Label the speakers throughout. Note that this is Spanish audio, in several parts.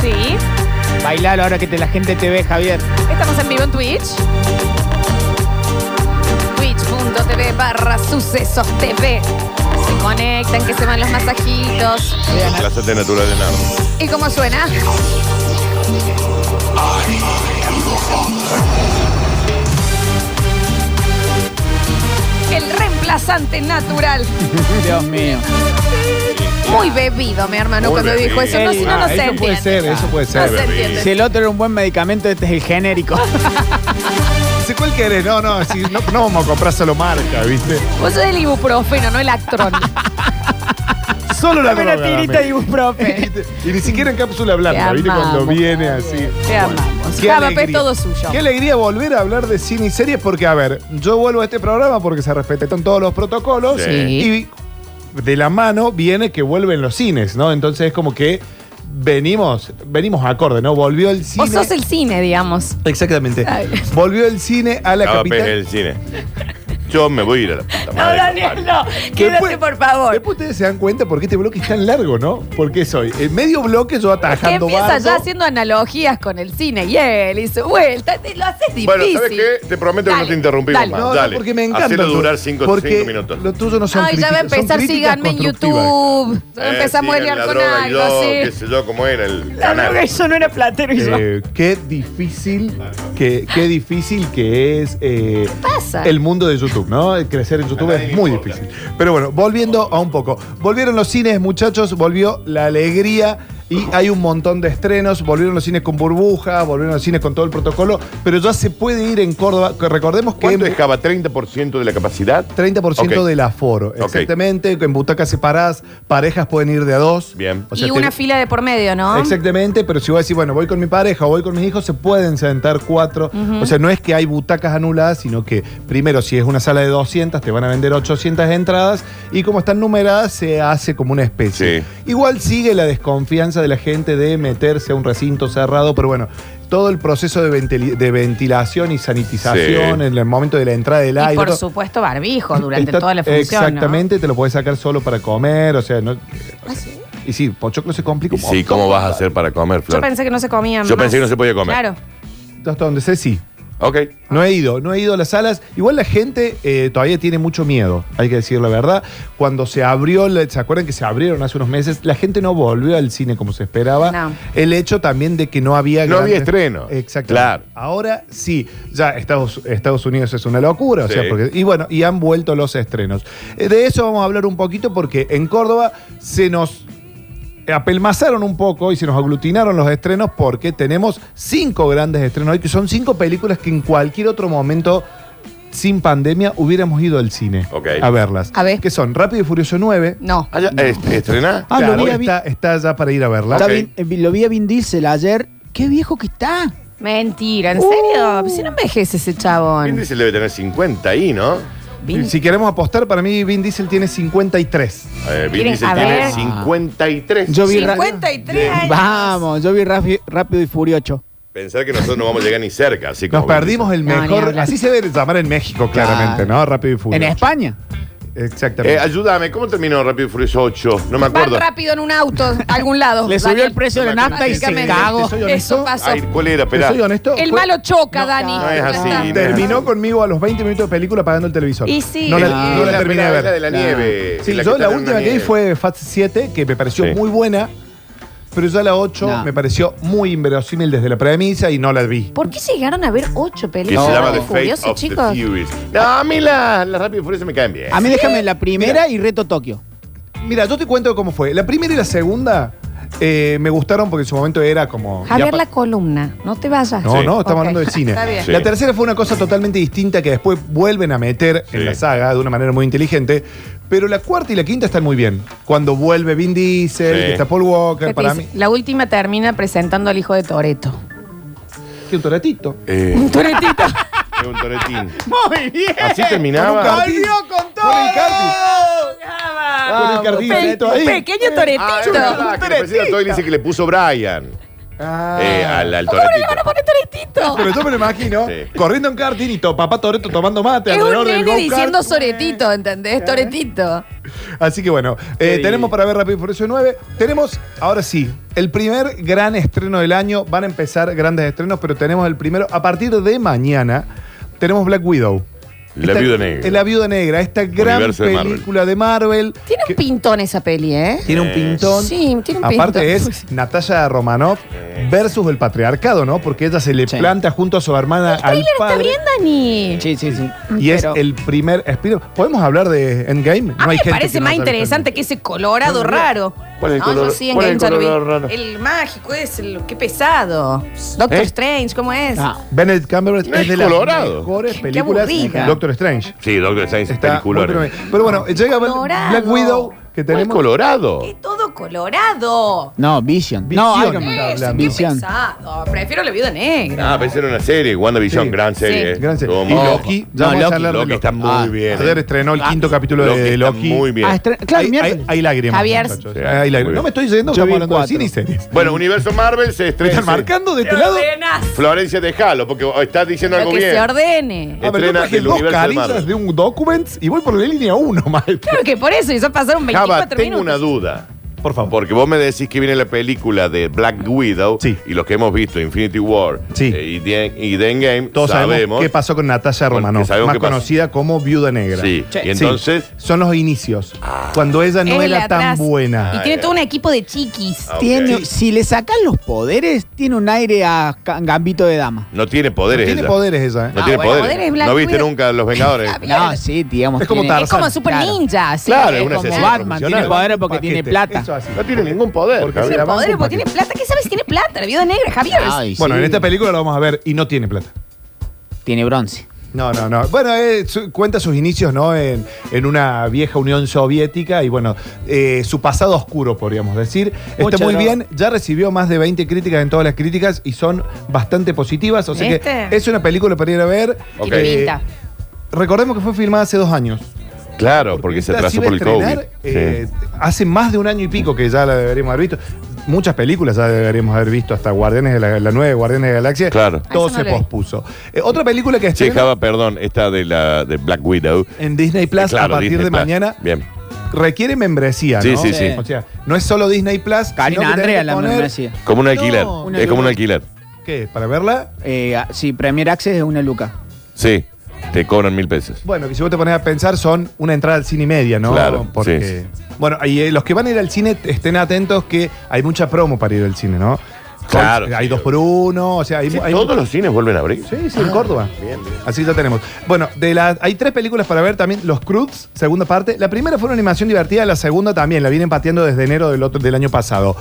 Speaker 1: Sí.
Speaker 2: Bailalo ahora que te- la gente te ve, Javier.
Speaker 1: Estamos en vivo en Twitch. Twitch.tv barra sucesos TV. Se conectan, que se van los masajitos.
Speaker 3: Clase de natural de Nardo.
Speaker 1: ¿Y cómo suena? El reemplazante natural.
Speaker 2: Dios mío.
Speaker 1: Muy bebido, mi hermano,
Speaker 3: Muy
Speaker 1: cuando dijo
Speaker 3: bebido.
Speaker 1: eso. No, si no,
Speaker 2: Ah,
Speaker 1: no se
Speaker 4: eso
Speaker 1: entiende.
Speaker 4: puede ser, eso puede
Speaker 1: No
Speaker 4: ser.
Speaker 1: se entiende.
Speaker 2: Si el otro era un buen medicamento, este es el genérico.
Speaker 4: Dice, ¿Cuál querés? No, no, si no, no vamos a comprar solo marca, ¿viste?
Speaker 1: Vos sos el ibuprofeno, no el Actron.
Speaker 4: Solo la
Speaker 2: Dame una
Speaker 4: droga,
Speaker 2: tirita
Speaker 4: dame.
Speaker 2: y un profe.
Speaker 4: ¿Viste? Y ni siquiera en cápsula blanda,
Speaker 1: Te
Speaker 4: ¿viste? Cuando
Speaker 1: amamos,
Speaker 4: viene así.
Speaker 1: Te amamos.
Speaker 4: Qué
Speaker 1: Java P es
Speaker 4: alegría.
Speaker 1: todo suyo.
Speaker 4: Qué alegría volver a hablar de cine y series porque, a ver, yo vuelvo a este programa porque se respetaron todos los protocolos
Speaker 3: Sí.
Speaker 4: y de la mano viene que vuelven los cines, ¿no? Entonces es como que venimos, venimos acorde, ¿no? Volvió el cine.
Speaker 1: Vos sos el cine, digamos.
Speaker 4: Exactamente.
Speaker 1: Ay.
Speaker 4: Volvió el cine a la
Speaker 3: Estaba
Speaker 4: capital.
Speaker 3: pez el cine. Yo me voy a ir a la puta
Speaker 1: No,
Speaker 3: madre.
Speaker 1: Daniel, no. Quédate,
Speaker 4: Después-
Speaker 1: por favor.
Speaker 4: Después ustedes se dan cuenta por qué este bloque es tan largo, ¿no? Porque soy en medio bloque yo
Speaker 1: Que
Speaker 4: atajando
Speaker 1: empieza
Speaker 4: bardo.
Speaker 1: ya haciendo analogías con el cine y él hizo vuelta. Te lo haces difícil.
Speaker 3: Bueno, ¿sabes qué? Te prometo que no
Speaker 1: Dale,
Speaker 3: te interrumpimos
Speaker 1: dale.
Speaker 3: más.
Speaker 4: No, no,
Speaker 3: Dale.
Speaker 4: porque me encanta.
Speaker 3: Hacelo
Speaker 4: tú.
Speaker 3: durar 5
Speaker 4: Porque
Speaker 3: minutos.
Speaker 4: Lo tuyo no son
Speaker 1: Ay, ya va a
Speaker 4: críticas, son
Speaker 1: empezar,
Speaker 4: críticas
Speaker 1: síganme en
Speaker 4: constructivas.
Speaker 1: YouTube.
Speaker 3: Eh,
Speaker 1: empezamos a
Speaker 3: sigan
Speaker 1: liar
Speaker 3: la
Speaker 1: con
Speaker 3: droga y
Speaker 1: algo,
Speaker 3: yo, Qué
Speaker 1: sí.
Speaker 3: sé yo, cómo era el
Speaker 2: La droga,
Speaker 3: canal.
Speaker 2: yo no era platero y yo.
Speaker 4: Eh, qué difícil, que, qué difícil que es eh,
Speaker 1: pasa?
Speaker 4: el mundo de YouTube, ¿no? Eh, Crecer en YouTube
Speaker 3: A nadie
Speaker 4: es
Speaker 3: le
Speaker 4: muy
Speaker 3: importa.
Speaker 4: difícil. Pero bueno, volviendo a un poco. Volvieron los cines, muchachos, volvió la alegría y hay un montón de estrenos. Volvieron los cines con burbujas, volvieron los cines con todo el protocolo, pero ya se puede ir en Córdoba. Que Recordemos que
Speaker 3: ¿Cuánto
Speaker 4: en-
Speaker 3: dejaba? ¿30% de la capacidad?
Speaker 4: 30%
Speaker 3: Ok.
Speaker 4: del aforo,
Speaker 3: Ok.
Speaker 4: exactamente, en butacas separadas, parejas pueden ir de a dos.
Speaker 3: Bien.
Speaker 1: y
Speaker 4: te-
Speaker 1: una fila de por medio,
Speaker 3: Ah.
Speaker 1: ¿no?
Speaker 4: Exactamente, pero si voy a decir, bueno, voy con mi pareja o voy con mis hijos, se pueden sentar cuatro. O sea, no es que hay butacas anuladas, sino que primero, si es una sala de 200, te van a vender 800 entradas y como están numeradas, se hace como una especie.
Speaker 3: Sí.
Speaker 4: Igual sigue la desconfianza de la gente de meterse a un recinto cerrado, pero bueno, todo el proceso de, ventili- de ventilación y sanitización
Speaker 3: Sí.
Speaker 4: en el momento de la entrada del aire.
Speaker 1: Y por
Speaker 4: todo-
Speaker 1: supuesto, barbijo durante
Speaker 4: Está-
Speaker 1: toda la función. ¿no?
Speaker 4: Exactamente, te lo puedes sacar solo para comer, o sea, no.
Speaker 1: ¿Ah,
Speaker 4: Y sí, Pochoclo se complica
Speaker 3: Y
Speaker 4: un
Speaker 3: sí,
Speaker 4: montón.
Speaker 3: ¿cómo vas a hacer para comer,
Speaker 1: Yo
Speaker 3: Flor?
Speaker 1: pensé que no se comía.
Speaker 3: Yo pensé que no se podía comer.
Speaker 1: Claro.
Speaker 4: Hasta donde sé, sí.
Speaker 3: Ok.
Speaker 4: No he ido, no he ido a las salas. Igual la gente eh, todavía tiene mucho miedo, hay que decir la verdad. Cuando se abrió, la- ¿se acuerdan que se abrieron hace unos meses? La gente no volvió al cine como se esperaba.
Speaker 1: No.
Speaker 4: El hecho también de que no había...
Speaker 3: No había estreno.
Speaker 4: Exacto.
Speaker 3: Claro.
Speaker 4: Ahora sí, ya Estados, Estados Unidos es una locura. o
Speaker 3: Sí.
Speaker 4: sea, porque- y bueno, y han vuelto los estrenos. Eh, De eso vamos a hablar un poquito porque en Córdoba se nos Eh, apelmazaron un poco y se nos aglutinaron los estrenos porque tenemos cinco grandes estrenos hoy, que son cinco películas que en cualquier otro momento sin pandemia hubiéramos ido al cine
Speaker 3: Ok.
Speaker 4: a verlas.
Speaker 1: A ver.
Speaker 4: Que son Rápido y Furioso 9.
Speaker 1: No.
Speaker 3: Ah, ya, est- ¿Estrená?
Speaker 2: Ah, lo
Speaker 4: Claro,
Speaker 2: vi, lo vi.
Speaker 4: está, está ya para ir a verla.
Speaker 2: Está
Speaker 3: Ok.
Speaker 2: Vin- eh, vi- Lo vi a Vin Diesel ayer. Qué viejo que está.
Speaker 1: Mentira, ¿en serio?
Speaker 4: Uh.
Speaker 1: Si no envejece ese
Speaker 3: Vin
Speaker 1: chabón.
Speaker 3: Diesel debe tener 50 ahí, ¿no?
Speaker 1: Vin-
Speaker 4: Si queremos apostar, para mí Vin Diesel tiene 53.
Speaker 3: Eh, Vin
Speaker 1: Miren,
Speaker 3: Diesel
Speaker 1: a
Speaker 3: tiene
Speaker 4: Ah.
Speaker 1: ver.
Speaker 3: 53.
Speaker 2: Yo vi ra-
Speaker 1: 53 años.
Speaker 2: Vamos, yo vi Rafi- Rápido y Furiocho.
Speaker 3: Pensar que nosotros no vamos a llegar ni cerca. Así
Speaker 4: Nos
Speaker 3: como Vin
Speaker 4: perdimos el
Speaker 1: No, ni
Speaker 4: mejor.
Speaker 1: hablar.
Speaker 4: así se debe llamar en México, claramente,
Speaker 2: Claro.
Speaker 4: ¿no? Rápido y Furioso.
Speaker 2: En España.
Speaker 1: este-
Speaker 3: Diesel. Eh,
Speaker 4: Exactamente.
Speaker 3: ayúdame, ¿cómo terminó Rápido y Furioso 8? No me
Speaker 1: Van
Speaker 3: acuerdo.
Speaker 1: rápido en un auto, a algún lado.
Speaker 2: Le subió
Speaker 1: Daniel.
Speaker 2: el precio de la
Speaker 3: No me
Speaker 2: nafta y se
Speaker 1: Básicamente.
Speaker 2: cagó.
Speaker 4: Soy
Speaker 1: Eso
Speaker 4: honesto.
Speaker 1: pasó.
Speaker 3: Ay, ¿Cuál era?
Speaker 4: Pero
Speaker 3: Esperá.
Speaker 4: soy honesto.
Speaker 1: El
Speaker 4: fue-
Speaker 1: malo choca, Dani.
Speaker 3: no es
Speaker 1: Ya
Speaker 3: así,
Speaker 1: está.
Speaker 3: no.
Speaker 4: Terminó conmigo a los 20 minutos de película apagando el televisor.
Speaker 1: Y sí.
Speaker 4: No la,
Speaker 2: Ah.
Speaker 4: no la
Speaker 3: Es la-
Speaker 4: terminé
Speaker 3: es
Speaker 4: de
Speaker 3: la
Speaker 4: ver.
Speaker 3: de la nieve.
Speaker 4: Sí,
Speaker 3: Es la
Speaker 4: yo
Speaker 3: que
Speaker 4: la
Speaker 3: está en
Speaker 4: última
Speaker 3: una
Speaker 4: que vi
Speaker 3: nieve.
Speaker 4: fue Fat 7, que me pareció
Speaker 3: Sí.
Speaker 4: muy buena, pero ya la 8
Speaker 2: No.
Speaker 4: me pareció muy inverosímil desde la premisa y no la vi.
Speaker 1: ¿Por qué llegaron a ver ocho
Speaker 3: Que
Speaker 1: películas?
Speaker 3: se llama
Speaker 1: de
Speaker 3: The Fate
Speaker 1: Furioso,
Speaker 3: of
Speaker 1: chicos.
Speaker 3: the Furious. No, a mí la, la Rápido y Furioso me caen bien.
Speaker 2: A mí déjame la primera y reto Tokio.
Speaker 4: Mira, yo te cuento cómo fue. La primera y la segunda eh, me gustaron porque en su momento era como...
Speaker 1: Javier,
Speaker 4: ya pa-
Speaker 1: la columna. No te vayas.
Speaker 4: No,
Speaker 3: Sí.
Speaker 4: no, estamos
Speaker 1: Ok.
Speaker 4: hablando de cine.
Speaker 1: Está bien.
Speaker 3: Sí.
Speaker 4: La tercera fue una cosa totalmente distinta que después vuelven a meter
Speaker 3: Sí.
Speaker 4: en la saga de una manera muy inteligente. Pero la cuarta y la quinta están muy bien. Cuando vuelve Vin Diesel,
Speaker 3: Sí.
Speaker 4: que está Paul
Speaker 1: ¿Qué
Speaker 4: Walker,
Speaker 1: te
Speaker 4: para mí.
Speaker 1: dice? La última termina presentando al hijo de Toreto.
Speaker 4: Que un toretito.
Speaker 3: Eh,
Speaker 1: Un turetito.
Speaker 3: es un toretín.
Speaker 2: Muy bien.
Speaker 3: Así terminaba.
Speaker 4: Con un
Speaker 2: Volvió con todo.
Speaker 4: Con el karting. Con el cartito ahí.
Speaker 1: Un pequeño
Speaker 3: Ah, es
Speaker 1: toretito.
Speaker 3: verdad, que le presenta a Toy, dice que le puso Brian
Speaker 4: Ah.
Speaker 3: eh, al, al
Speaker 1: ¿Cómo le van a
Speaker 3: toretito.
Speaker 1: poner toretito?
Speaker 4: Pero yo me lo imagino
Speaker 3: Sí.
Speaker 4: corriendo en karting y to- papá Toreto tomando mate
Speaker 1: Es un
Speaker 4: alrededor del
Speaker 1: nene
Speaker 4: go-kart.
Speaker 1: diciendo soretito, ¿entendés? Toretito.
Speaker 4: Así que bueno, eh, tenemos para ver Rápido y Furioso 9. Tenemos, ahora sí, el primer gran estreno del año. Van a empezar grandes estrenos, pero tenemos el primero. A partir de mañana, tenemos Black Widow.
Speaker 3: La
Speaker 4: Esta-
Speaker 3: viuda negra.
Speaker 4: eh, La Viuda Negra, esta gran
Speaker 3: Universo de Marvel.
Speaker 4: película de Marvel.
Speaker 1: Tiene
Speaker 4: que
Speaker 1: un pintón esa peli, ¿eh?
Speaker 4: tiene un
Speaker 3: Eh.
Speaker 4: pintón.
Speaker 1: Sí, tiene un
Speaker 4: Aparte
Speaker 1: pintón.
Speaker 4: es Natalia Romanoff versus el patriarcado, ¿no? Porque ella se le
Speaker 2: Sí.
Speaker 4: planta junto a su hermana al
Speaker 1: Trailer está
Speaker 4: padre.
Speaker 1: bien, Dani.
Speaker 2: Sí, sí, sí.
Speaker 4: Y es
Speaker 2: Pero-
Speaker 4: el primer espino. ¿Podemos hablar de Endgame?
Speaker 1: A mí Ah, me parece
Speaker 4: no
Speaker 1: más
Speaker 4: haya visto
Speaker 1: interesante que ese colorado raro.
Speaker 3: ¿Cuál es
Speaker 1: No,
Speaker 3: el
Speaker 1: yo
Speaker 3: color-
Speaker 1: sí, en
Speaker 3: cuál es el
Speaker 1: Game Chan lo
Speaker 3: colorado
Speaker 1: vi.
Speaker 3: raro?
Speaker 1: El mágico es el qué pesado. Doctor
Speaker 4: ¿Eh?
Speaker 1: Strange, ¿cómo es?
Speaker 2: Ah,
Speaker 4: Benedict Cumberbatch
Speaker 3: No
Speaker 4: es
Speaker 3: es
Speaker 4: de las
Speaker 3: colorado.
Speaker 4: mejores
Speaker 1: Qué
Speaker 4: películas
Speaker 1: aburrida.
Speaker 4: de Doctor Strange.
Speaker 3: Sí, Doctor Strange es
Speaker 4: Está muy
Speaker 3: peliculón.
Speaker 4: tremendo. Pero bueno, eh, llega
Speaker 1: Colorado.
Speaker 4: Black Widow, que
Speaker 3: ¿No es
Speaker 4: tenemos.
Speaker 3: colorado?
Speaker 1: Es todo colorado.
Speaker 2: No, Vision. Ah, No,
Speaker 4: Vision.
Speaker 2: Iron Man.
Speaker 4: Está
Speaker 1: Eso,
Speaker 4: hablando.
Speaker 1: qué
Speaker 2: Visión.
Speaker 1: pesado. Prefiero la viuda negra.
Speaker 3: Ah, pensé en una serie, WandaVision,
Speaker 4: Sí.
Speaker 3: gran serie.
Speaker 1: Sí.
Speaker 3: eh.
Speaker 4: Gran serie.
Speaker 3: Como-
Speaker 4: Y Loki, ya
Speaker 2: No,
Speaker 4: vamos a
Speaker 2: Loki.
Speaker 4: hablar de
Speaker 3: Loki está muy
Speaker 2: Ah,
Speaker 3: bien. Ah,
Speaker 4: Ayer estrenó el quinto capítulo
Speaker 3: Loki
Speaker 4: de
Speaker 3: está
Speaker 4: Loki.
Speaker 3: muy bien.
Speaker 2: Ah, estre- claro,
Speaker 4: hay,
Speaker 2: miércoles.
Speaker 4: hay- hay lágrimas.
Speaker 1: Javier.
Speaker 4: muchachos.
Speaker 3: Sí,
Speaker 4: Hay lágrimas.
Speaker 3: muy bien.
Speaker 4: No me estoy yendo,
Speaker 2: Yo vi
Speaker 4: estamos hablando de
Speaker 2: cuatro.
Speaker 4: cine y series.
Speaker 3: Bueno, Universo Marvel se
Speaker 4: Me
Speaker 3: estrena.
Speaker 4: están marcando de este lado.
Speaker 1: Ordenás.
Speaker 3: Florencia, déjalo, porque está diciendo
Speaker 1: Lo
Speaker 3: algo
Speaker 1: que se
Speaker 3: bien.
Speaker 1: ordene.
Speaker 4: A ver, yo
Speaker 3: Estrena
Speaker 4: traje
Speaker 3: el
Speaker 4: dos
Speaker 3: universo de
Speaker 4: carillas
Speaker 3: Marvel.
Speaker 4: de un Documents y voy por la línea 1, maestro.
Speaker 1: Claro que por eso, y ya pasaron 24
Speaker 3: Java, tengo
Speaker 1: minutos.
Speaker 3: una duda.
Speaker 4: Por favor.
Speaker 3: Porque vos me decís que viene la película de Black Widow
Speaker 4: Sí.
Speaker 3: y los que hemos visto, Infinity War
Speaker 4: Sí.
Speaker 3: eh, y, The, y The Endgame,
Speaker 4: Todos sabemos, qué pasó con Natalia
Speaker 3: Porque
Speaker 4: Romanoff,
Speaker 3: sabemos
Speaker 4: más
Speaker 3: qué pasó.
Speaker 4: conocida como Viuda Negra.
Speaker 3: Sí.
Speaker 2: Sí.
Speaker 3: Y entonces,
Speaker 4: Son los inicios. Cuando ella no
Speaker 1: Él
Speaker 4: era tan
Speaker 1: atrás.
Speaker 4: buena.
Speaker 1: Y tiene
Speaker 3: Ah,
Speaker 1: todo un equipo de chiquis.
Speaker 3: Ah, ok.
Speaker 2: Tiene- Si le sacan los poderes, tiene un aire a ca- gambito de dama.
Speaker 3: no tiene poderes
Speaker 4: Tiene
Speaker 3: ella.
Speaker 4: poderes ella. ¿eh?
Speaker 3: No
Speaker 1: Ah,
Speaker 3: tiene
Speaker 1: bueno,
Speaker 3: poderes.
Speaker 1: poderes Black
Speaker 3: no viste
Speaker 1: Widow.
Speaker 3: nunca Los Vengadores.
Speaker 1: Ah, bien.
Speaker 2: No, sí, digamos.
Speaker 4: Es como
Speaker 2: tiene-
Speaker 1: Es como
Speaker 4: Ah, Tarzán,
Speaker 1: Super
Speaker 2: claro.
Speaker 1: Ninja. sí,
Speaker 3: Claro, es una
Speaker 1: como-
Speaker 3: asesina
Speaker 2: Batman,
Speaker 3: profesional.
Speaker 2: tiene poderes porque tiene plata.
Speaker 4: Eso así.
Speaker 3: no tiene ningún poder.
Speaker 4: Porque
Speaker 3: Javier.
Speaker 4: se la
Speaker 1: Tiene
Speaker 4: banca
Speaker 1: poderes
Speaker 4: un
Speaker 1: porque tiene
Speaker 4: paquete.
Speaker 1: plata. ¿Qué sabes si tiene plata? La viuda negra, Javier.
Speaker 2: Ay,
Speaker 4: Bueno,
Speaker 2: sí.
Speaker 4: en esta película lo vamos a ver y no tiene plata.
Speaker 2: Tiene bronce.
Speaker 4: No, no, no. Bueno, eh, su- cuenta sus inicios, ¿no? En, en una vieja Unión Soviética y bueno, eh, su pasado oscuro, podríamos decir.
Speaker 2: Mucha
Speaker 4: Está muy
Speaker 2: droga.
Speaker 4: bien, ya recibió más de 20 críticas en todas las críticas y son bastante positivas. O sea
Speaker 1: ¿Viste?
Speaker 4: que es una película para ir a ver.
Speaker 3: Ok.
Speaker 1: Tiene pinta.
Speaker 4: Recordemos que fue filmada hace dos años.
Speaker 3: Claro, porque se
Speaker 4: Esta se
Speaker 3: atrasó
Speaker 4: iba
Speaker 3: por
Speaker 4: a
Speaker 3: el COVID.
Speaker 4: estrenar, eh, Hace más de un año y pico que ya la deberíamos haber visto. Muchas películas ya deberíamos haber visto, hasta Guardianes de la, la 9, Guardianes de la Galaxia.
Speaker 3: Claro.
Speaker 4: Todo
Speaker 1: Ah, esa no
Speaker 4: se
Speaker 1: la vi.
Speaker 4: pospuso. Eh, otra película que
Speaker 3: sí. Che,
Speaker 4: estrena
Speaker 3: Java, perdón, esta de la de Black Widow.
Speaker 4: en Disney Plus
Speaker 3: Claro,
Speaker 4: a partir
Speaker 3: Disney
Speaker 4: de
Speaker 3: Plus.
Speaker 4: mañana
Speaker 3: Bien.
Speaker 4: requiere membresía,
Speaker 3: Sí,
Speaker 4: ¿no?
Speaker 3: sí, sí.
Speaker 4: O sea, no es solo Disney Plus. sino
Speaker 2: Karina
Speaker 4: que tenés
Speaker 2: Andrea
Speaker 4: que
Speaker 2: la
Speaker 4: poner-
Speaker 2: membresía.
Speaker 3: Como un
Speaker 4: No,
Speaker 3: alquiler.
Speaker 4: una
Speaker 3: es como un
Speaker 4: luz.
Speaker 3: alquiler.
Speaker 4: ¿Qué? ¿Para verla?
Speaker 2: Eh, ah, sí, Premier Access es una luca.
Speaker 3: Sí. Te cobran mil pesos.
Speaker 4: Bueno, que si vos te pones a pensar son una entrada al cine y media, ¿no?
Speaker 3: Claro,
Speaker 4: Porque, Bueno, y eh, los que van a ir al cine estén atentos que hay mucha promo para ir al cine, ¿no?
Speaker 3: Claro,
Speaker 4: Hay, hay
Speaker 3: sí.
Speaker 4: dos por uno, o sea, hay...
Speaker 3: Sí,
Speaker 4: hay-
Speaker 3: todos los Ah, cines vuelven a abrir.
Speaker 4: Sí, sí, en Córdoba. Así ya tenemos. Bueno, de las hay tres películas para ver también. Los Croods, segunda parte. La primera fue una animación divertida, la segunda también. La vienen pateando desde enero del, otro, del año pasado.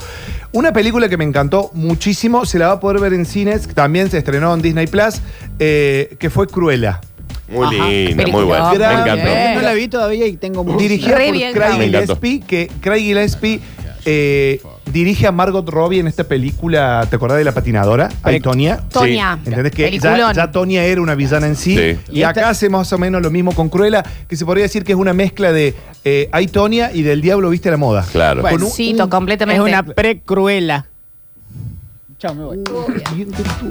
Speaker 4: Una película que me encantó muchísimo, se la va a poder ver en cines, también se estrenó en Disney Plus, eh, que fue Cruella.
Speaker 3: Muy
Speaker 1: Ajá.
Speaker 3: linda, muy
Speaker 1: Película.
Speaker 3: buena. Me
Speaker 4: Gran-
Speaker 3: encantó.
Speaker 1: Bien.
Speaker 2: No la vi todavía y tengo mucho.
Speaker 4: Dirigida
Speaker 1: Re
Speaker 4: por
Speaker 1: bien,
Speaker 4: Craig
Speaker 1: Gaby.
Speaker 3: Me encantó.
Speaker 4: Gillespie, que Craig Gillespie eh, dirige a Margot Robbie en esta película, ¿te acordás de la patinadora? Ahí, Tonya.
Speaker 1: Toña.
Speaker 4: ¿Entendés que ya,
Speaker 1: Peliculón.
Speaker 4: ya Tonya era una villana en sí?
Speaker 3: Sí.
Speaker 4: Y acá hace más o menos lo mismo con Cruella, que se podría decir que es una mezcla de eh, hay Tonya y del Diablo Viste la Moda.
Speaker 3: Claro.
Speaker 4: Bueno,
Speaker 1: Cito,
Speaker 4: un-
Speaker 2: Es
Speaker 1: completamente.
Speaker 2: una pre-cruela. Chao, me voy.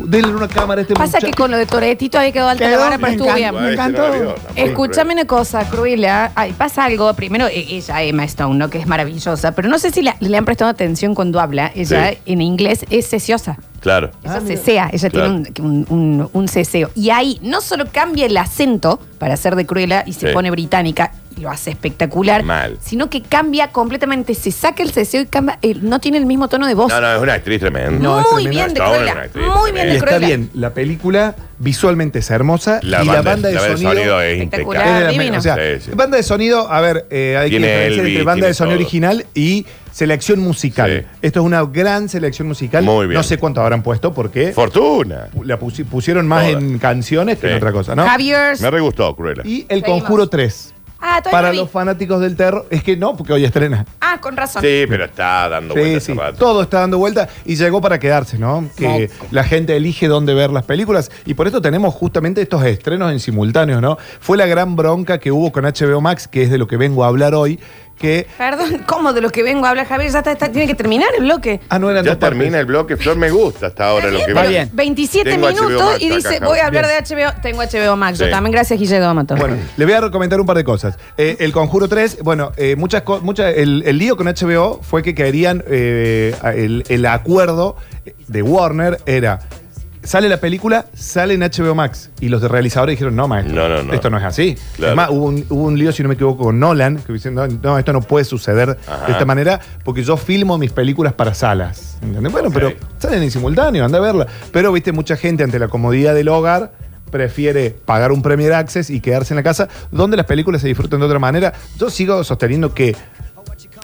Speaker 4: Denle una cámara a este
Speaker 1: Pasa que
Speaker 4: muchacho.
Speaker 1: con lo de Toretito había quedado alta la
Speaker 2: Quedó,
Speaker 1: vara para
Speaker 2: me
Speaker 1: estuvo bien.
Speaker 2: encanta.
Speaker 3: Bueno,
Speaker 2: me
Speaker 3: este
Speaker 2: encantó.
Speaker 3: nervioso, no puedo
Speaker 1: Escúchame una cosa, Cruella. Ay, pasa algo. Primero, e- ella, Emma Stone, ¿no? que es maravillosa, pero no sé si la- le han prestado atención cuando habla. Ella
Speaker 3: Sí.
Speaker 1: en inglés es sesiosa.
Speaker 3: creer. Claro.
Speaker 4: Ah,
Speaker 1: Ella cesea, ella
Speaker 3: Claro.
Speaker 1: tiene un, un- un- un ceseo. Y ahí no solo cambia el acento para ser de Cruella y se
Speaker 3: Sí.
Speaker 1: pone británica y lo hace espectacular,
Speaker 3: Mal.
Speaker 1: sino que cambia completamente, se saca el ceseo y cambia, eh, no tiene el mismo tono de voz.
Speaker 3: No, no, es una actriz tremenda.
Speaker 4: No, es
Speaker 1: muy
Speaker 4: tremenda.
Speaker 1: bien de
Speaker 3: Está buena
Speaker 1: Cruella,
Speaker 3: una actriz,
Speaker 1: muy bien
Speaker 3: tremenda.
Speaker 4: Y
Speaker 1: de
Speaker 4: está
Speaker 1: Cruella.
Speaker 4: bien, la película visualmente es hermosa
Speaker 3: La
Speaker 4: y
Speaker 3: banda,
Speaker 4: la banda de, sonido,
Speaker 3: es
Speaker 1: Espectacular.
Speaker 3: impecable.
Speaker 4: Es de las
Speaker 1: Divina.
Speaker 4: me- o sea,
Speaker 3: Sí, sí.
Speaker 4: banda de sonido, a ver, eh, hay
Speaker 3: Tiene
Speaker 4: que diferenciar
Speaker 3: Elvis,
Speaker 4: entre banda
Speaker 3: tiene
Speaker 4: de sonido
Speaker 3: todo.
Speaker 4: original y selección musical.
Speaker 3: Sí.
Speaker 4: Esto es una gran selección musical.
Speaker 3: Muy bien.
Speaker 4: No sé cuánto habrán puesto porque
Speaker 3: Fortuna.
Speaker 4: la pusi- pusieron más
Speaker 3: Todas.
Speaker 4: en canciones que
Speaker 3: Sí.
Speaker 4: en otra cosa, ¿no?
Speaker 1: Javier.
Speaker 3: Me re gustó, Cruella.
Speaker 4: Y El
Speaker 1: Seguimos.
Speaker 4: Conjuro 3.
Speaker 1: Ah, todavía
Speaker 4: para
Speaker 1: no vi.
Speaker 4: los fanáticos del terror. Es que no, porque hoy estrena.
Speaker 1: Ah, con razón.
Speaker 3: Sí, pero está dando
Speaker 4: Sí,
Speaker 3: vueltas
Speaker 4: sí.
Speaker 3: hace rato.
Speaker 4: Todo está dando vuelta y llegó para quedarse, ¿no? Que la gente elige dónde ver las películas y por esto tenemos justamente estos estrenos en simultáneo, ¿no? Fue la gran bronca que hubo con HBO Max, que es de lo que vengo a hablar hoy, que...
Speaker 1: Perdón, ¿cómo de los que vengo a hablar, Javier? Ya está, está- tiene que terminar el bloque.
Speaker 4: Ah, no eran
Speaker 3: Ya
Speaker 4: dos partes.
Speaker 3: termina el bloque, Flor me gusta hasta ahora lo que
Speaker 1: Pero
Speaker 3: va.
Speaker 2: bien.
Speaker 1: 27
Speaker 3: Tengo HBO
Speaker 1: minutos
Speaker 3: Max
Speaker 1: y
Speaker 3: acá,
Speaker 1: dice,
Speaker 3: Javi.
Speaker 1: voy a hablar de HBO. Tengo HBO Max. Yo
Speaker 3: Sí.
Speaker 1: también, gracias, Guillermo Amato.
Speaker 4: Bueno, le voy a recomendar un par de cosas. Eh, el Conjuro 3, bueno, eh, muchas, co- muchas el, el lío con HBO fue que querían eh, a- el, el acuerdo de Warner era sale la película, sale en HBO Max y los realizadores dijeron no maestro,
Speaker 3: No, no, no.
Speaker 4: esto no es así.
Speaker 3: Claro.
Speaker 4: Además hubo un, hubo un lío si no me equivoco con Nolan que diciendo no, no, esto no puede suceder
Speaker 3: Ajá.
Speaker 4: de esta manera porque yo filmo mis películas para salas. ¿entendés? Bueno,
Speaker 3: Ok.
Speaker 4: pero salen en simultáneo, anda a verla. Pero, viste, mucha gente ante la comodidad del hogar prefiere pagar un Premier Access y quedarse en la casa, donde las películas se disfrutan de otra manera. Yo sigo sosteniendo que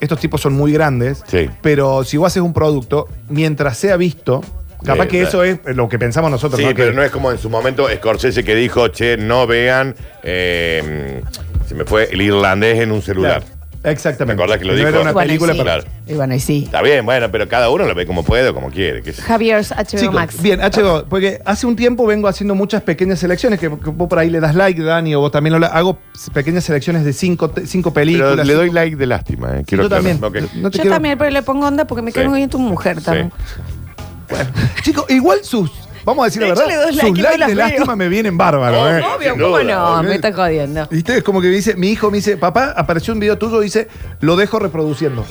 Speaker 4: estos tipos son muy grandes,
Speaker 3: Sí.
Speaker 4: pero si vos haces un producto, mientras sea visto, capaz
Speaker 3: Sí,
Speaker 4: que
Speaker 3: claro.
Speaker 4: eso es lo que pensamos nosotros.
Speaker 3: Sí,
Speaker 4: ¿no?
Speaker 3: pero
Speaker 4: Que-
Speaker 3: no es como en su momento Scorsese que dijo, che, no vean, eh, se me fue el irlandés en un celular.
Speaker 4: Claro. Exactamente.
Speaker 3: ¿Te acordás que lo
Speaker 4: no
Speaker 3: dijo?
Speaker 4: Era una
Speaker 1: Bueno, y
Speaker 4: película
Speaker 1: sí.
Speaker 4: para...
Speaker 3: Claro.
Speaker 1: Y bueno, y sí.
Speaker 3: Está bien, bueno, pero cada uno lo ve como puede o como quiere. qué sé yo.
Speaker 1: Javier's HBO
Speaker 4: Chicos,
Speaker 1: Max.
Speaker 4: Bien, HBO, porque hace un tiempo vengo haciendo muchas pequeñas selecciones, que, que vos por ahí le das like, Dani, o vos también lo la- hago pequeñas selecciones de cinco, te- cinco películas.
Speaker 3: Pero le doy like de lástima, eh, quiero
Speaker 4: Yo
Speaker 3: aclarar.
Speaker 4: también.
Speaker 3: Ok.
Speaker 4: No te
Speaker 1: Yo
Speaker 4: quiero-
Speaker 1: también, pero le pongo onda porque me cae
Speaker 3: Sí.
Speaker 1: muy bien tu mujer
Speaker 3: Sí.
Speaker 1: también.
Speaker 4: Chicos, igual sus, vamos a decir
Speaker 1: De
Speaker 4: la
Speaker 1: hecho,
Speaker 4: verdad,
Speaker 1: le doy like
Speaker 4: sus
Speaker 1: y no
Speaker 4: likes
Speaker 1: las
Speaker 4: de
Speaker 1: veo.
Speaker 4: lástima me vienen bárbaros. eh.
Speaker 1: Obvio,
Speaker 3: sin
Speaker 1: ¿cómo
Speaker 3: duda,
Speaker 1: no?
Speaker 4: boludo.
Speaker 1: Me está jodiendo.
Speaker 4: Y ustedes como que me dice, mi hijo me dice, papá, apareció un video tuyo, dice, lo dejo reproduciendo.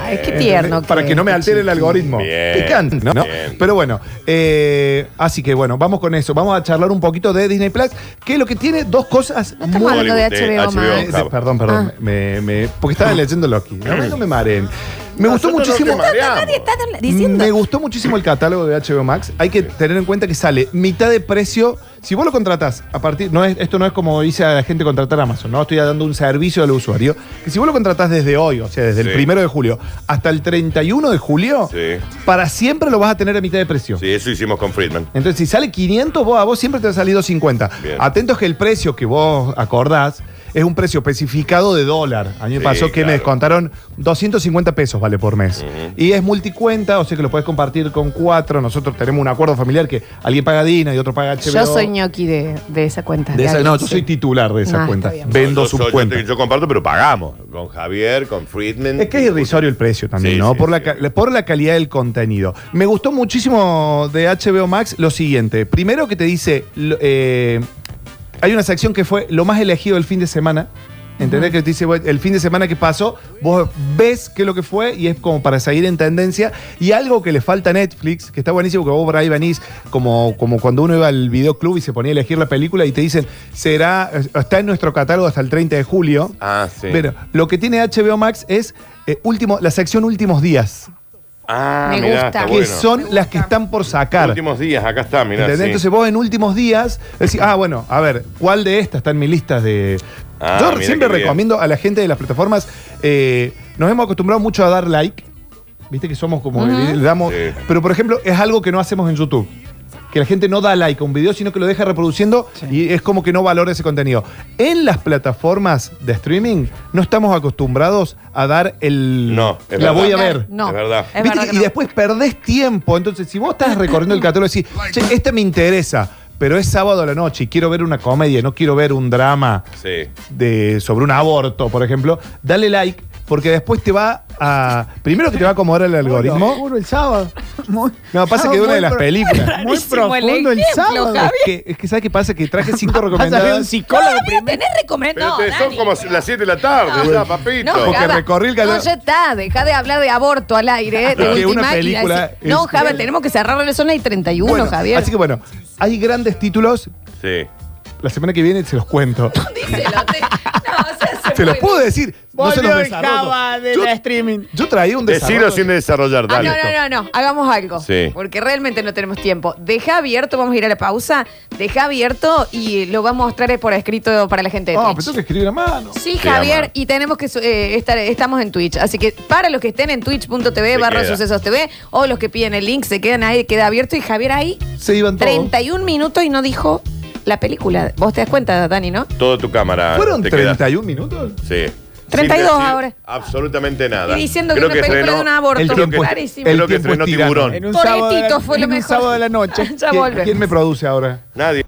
Speaker 1: Ay, qué tierno.
Speaker 4: Para que no me altere el algoritmo.
Speaker 3: Bien,
Speaker 4: Picante, ¿no?
Speaker 3: bien.
Speaker 4: Pero bueno, eh, así que bueno, vamos con eso. Vamos a charlar un poquito de Disney Plus, que lo que tiene dos cosas
Speaker 1: No Ah. estamos hablando de HBO,
Speaker 3: Hollywood, eh,
Speaker 4: Eh,
Speaker 1: Max.
Speaker 3: HBO. Java.
Speaker 4: perdón, perdón. Me, me- porque estaba leyendo Loki. A mí no me mareen. Me gustó
Speaker 3: Nosotros no
Speaker 4: muchísimo.
Speaker 3: te mareamos.
Speaker 1: Nadie está diciendo.
Speaker 4: Me gustó muchísimo el catálogo de HBO Max. Hay que tener en cuenta que sale mitad de precio. Si vos lo contratás a partir. No es, esto no es como dice a la gente contratar Amazon, ¿no? Estoy dando un servicio al usuario. Que si vos lo contratás desde hoy, o sea, desde
Speaker 3: Sí.
Speaker 4: el primero de julio hasta el 31 de julio,
Speaker 3: Sí.
Speaker 4: para siempre lo vas a tener a mitad de precio.
Speaker 3: Sí, eso hicimos con Friedman.
Speaker 4: Entonces, si sale 500, vos a vos siempre te ha salido 50.
Speaker 3: Bien.
Speaker 4: Atentos que el precio que vos acordás es un precio especificado de dólar. A mí me
Speaker 3: Sí,
Speaker 4: pasó que
Speaker 3: claro.
Speaker 4: me descontaron 250 pesos, vale, por mes. Y es multicuenta, o sea que lo podés compartir con cuatro. Nosotros tenemos un acuerdo familiar que alguien paga Dina y otro paga HBO.
Speaker 1: Yo soy ñoqui de, de esa cuenta.
Speaker 4: De esa-
Speaker 1: alguien,
Speaker 4: no, yo
Speaker 1: sí.
Speaker 4: soy titular de esa
Speaker 1: Ah,
Speaker 4: cuenta.
Speaker 1: está bien.
Speaker 4: Vendo
Speaker 3: yo,
Speaker 4: su
Speaker 3: soy- yo
Speaker 4: cuenta.
Speaker 3: te- Yo, comparto, pero pagamos. Con Javier, con Friedman.
Speaker 4: Es que es irrisorio el precio también,
Speaker 3: Sí,
Speaker 4: ¿no?
Speaker 3: sí,
Speaker 4: por, la,
Speaker 3: sí.
Speaker 4: ca- la- por la calidad del contenido. Me gustó muchísimo de HBO Max lo siguiente. Primero que te dice, lo- eh, hay una sección que fue lo más elegido el fin de semana. ¿Entendés? Que te dice, bueno, el fin de semana que pasó, vos ves qué es lo que fue y es como para seguir en tendencia. Y algo que le falta a Netflix, que está buenísimo, que vos por ahí venís, como, como cuando uno iba al videoclub y se ponía a elegir la película y te dicen, será, está en nuestro catálogo hasta el 30 de julio.
Speaker 3: Ah, sí.
Speaker 4: Pero lo que tiene HBO Max es eh, último, la sección últimos días,
Speaker 3: Ah,
Speaker 1: Me
Speaker 3: mirá,
Speaker 1: gusta.
Speaker 3: está
Speaker 4: que
Speaker 3: bueno.
Speaker 4: son las que están por sacar.
Speaker 3: Últimos días, acá está, mirá.
Speaker 4: ¿Entendés?
Speaker 3: sí.
Speaker 4: Entonces vos en últimos días decís, ah, bueno, a ver, ¿cuál de estas está en mi lista de.
Speaker 3: Ah,
Speaker 4: Yo
Speaker 3: mirá
Speaker 4: siempre
Speaker 3: qué bien.
Speaker 4: recomiendo a la gente de las plataformas, eh, nos hemos acostumbrado mucho a dar like. Viste que somos como. le damos,
Speaker 3: Sí.
Speaker 4: Pero por ejemplo, es algo que no hacemos en YouTube. Que la gente no da like a un video, sino que lo deja reproduciendo y es como que no valora ese contenido. En las plataformas de streaming no estamos acostumbrados a dar el.
Speaker 3: No, es
Speaker 4: la
Speaker 3: verdad.
Speaker 4: voy a ver.
Speaker 1: No.
Speaker 3: Es verdad.
Speaker 1: Es
Speaker 4: ¿Viste?
Speaker 1: verdad que
Speaker 4: y
Speaker 1: no.
Speaker 4: después perdés tiempo. Entonces, si vos estás recorriendo el catálogo y decís, che, este me interesa, pero es sábado a la noche y quiero ver una comedia, no quiero ver un drama
Speaker 3: Sí.
Speaker 4: de, sobre un aborto, por ejemplo, dale like, porque después te va a. Primero que te va a acomodar el algoritmo.
Speaker 2: Juro, el sábado. Muy-
Speaker 4: No, pasa
Speaker 2: sábado
Speaker 4: que de una
Speaker 2: muy
Speaker 4: de las
Speaker 2: pro-
Speaker 4: películas.
Speaker 2: Muy
Speaker 1: Rarísimo el
Speaker 2: profundo el,
Speaker 1: ejemplo,
Speaker 2: sábado.
Speaker 1: Javi.
Speaker 4: Es que, es que, ¿sabes qué pasa? Que traje cinco
Speaker 2: Pasa de un
Speaker 4: recomendadas.
Speaker 2: psicólogo
Speaker 1: Todavía tenés
Speaker 3: Pero
Speaker 1: recomendado.
Speaker 3: te- son
Speaker 1: Dani.
Speaker 3: como las 7 de la tarde, ya, papito.
Speaker 1: No,
Speaker 4: Porque
Speaker 1: Java,
Speaker 4: recorrí el
Speaker 1: No,
Speaker 4: catálogo.
Speaker 1: ya está, deja de hablar de aborto al aire, ¿eh? de
Speaker 4: Claro. Que una
Speaker 1: última. y la-
Speaker 4: película
Speaker 1: no,
Speaker 4: es-
Speaker 1: Java, tenemos que cerrar la zona y 31,
Speaker 4: Bueno,
Speaker 1: Javier.
Speaker 4: Así que bueno, hay grandes títulos.
Speaker 3: Sí.
Speaker 4: La semana que viene se los cuento.
Speaker 1: Díselo, te- no, o sea, se
Speaker 4: Se los
Speaker 1: puede.
Speaker 4: puedo decir. No se los
Speaker 2: Volvió el
Speaker 4: desarrollo.
Speaker 2: Java de
Speaker 4: Yo-
Speaker 2: la streaming.
Speaker 4: Yo traía un
Speaker 3: Decirlo
Speaker 4: desarrollo.
Speaker 3: sin desarrollar,
Speaker 1: Ah,
Speaker 3: dale.
Speaker 1: no, no, no, no, hagamos algo.
Speaker 3: Sí.
Speaker 1: Porque realmente no tenemos tiempo. Deja abierto, vamos a ir a la pausa. Deja abierto y lo vamos a mostrar eh, por escrito para la gente de
Speaker 4: No,
Speaker 1: Twitch.
Speaker 4: Ah, pero tengo que escribir a mano.
Speaker 1: Sí,
Speaker 3: Te
Speaker 1: Javier,
Speaker 3: ama.
Speaker 1: y tenemos que su- eh, estar, estamos en Twitch. Así que para los que estén en twitch.tv
Speaker 3: Se
Speaker 1: barra
Speaker 3: queda.
Speaker 1: sucesos TV o los que piden el link, se quedan ahí, queda abierto y Javier ahí
Speaker 4: Se iban todos.
Speaker 1: 31 minutos y no dijo la película. Vos te das cuenta, Dani, ¿no?
Speaker 3: Todo tu cámara.
Speaker 4: ¿Fueron
Speaker 3: Ah, te queda.
Speaker 4: 31 minutos?
Speaker 3: Sí.
Speaker 1: 32
Speaker 3: Sin decir
Speaker 1: ahora.
Speaker 3: Absolutamente nada.
Speaker 1: Y diciendo que
Speaker 3: Creo
Speaker 1: una película
Speaker 3: estrenó-
Speaker 1: de un aborto.
Speaker 4: el tiempo-
Speaker 1: clarísimo.
Speaker 3: Creo
Speaker 4: el
Speaker 3: que
Speaker 4: tiempo
Speaker 3: estrenó
Speaker 4: es tirano.
Speaker 3: Tiburón.
Speaker 2: En un
Speaker 1: Pobre
Speaker 2: sábado de-
Speaker 1: Tito, fue lo
Speaker 2: en un
Speaker 1: mejor.
Speaker 2: sábado de la noche.
Speaker 1: Ya
Speaker 4: ¿Quién-
Speaker 1: volvemos.
Speaker 4: ¿Quién me produce ahora?
Speaker 3: Nadie.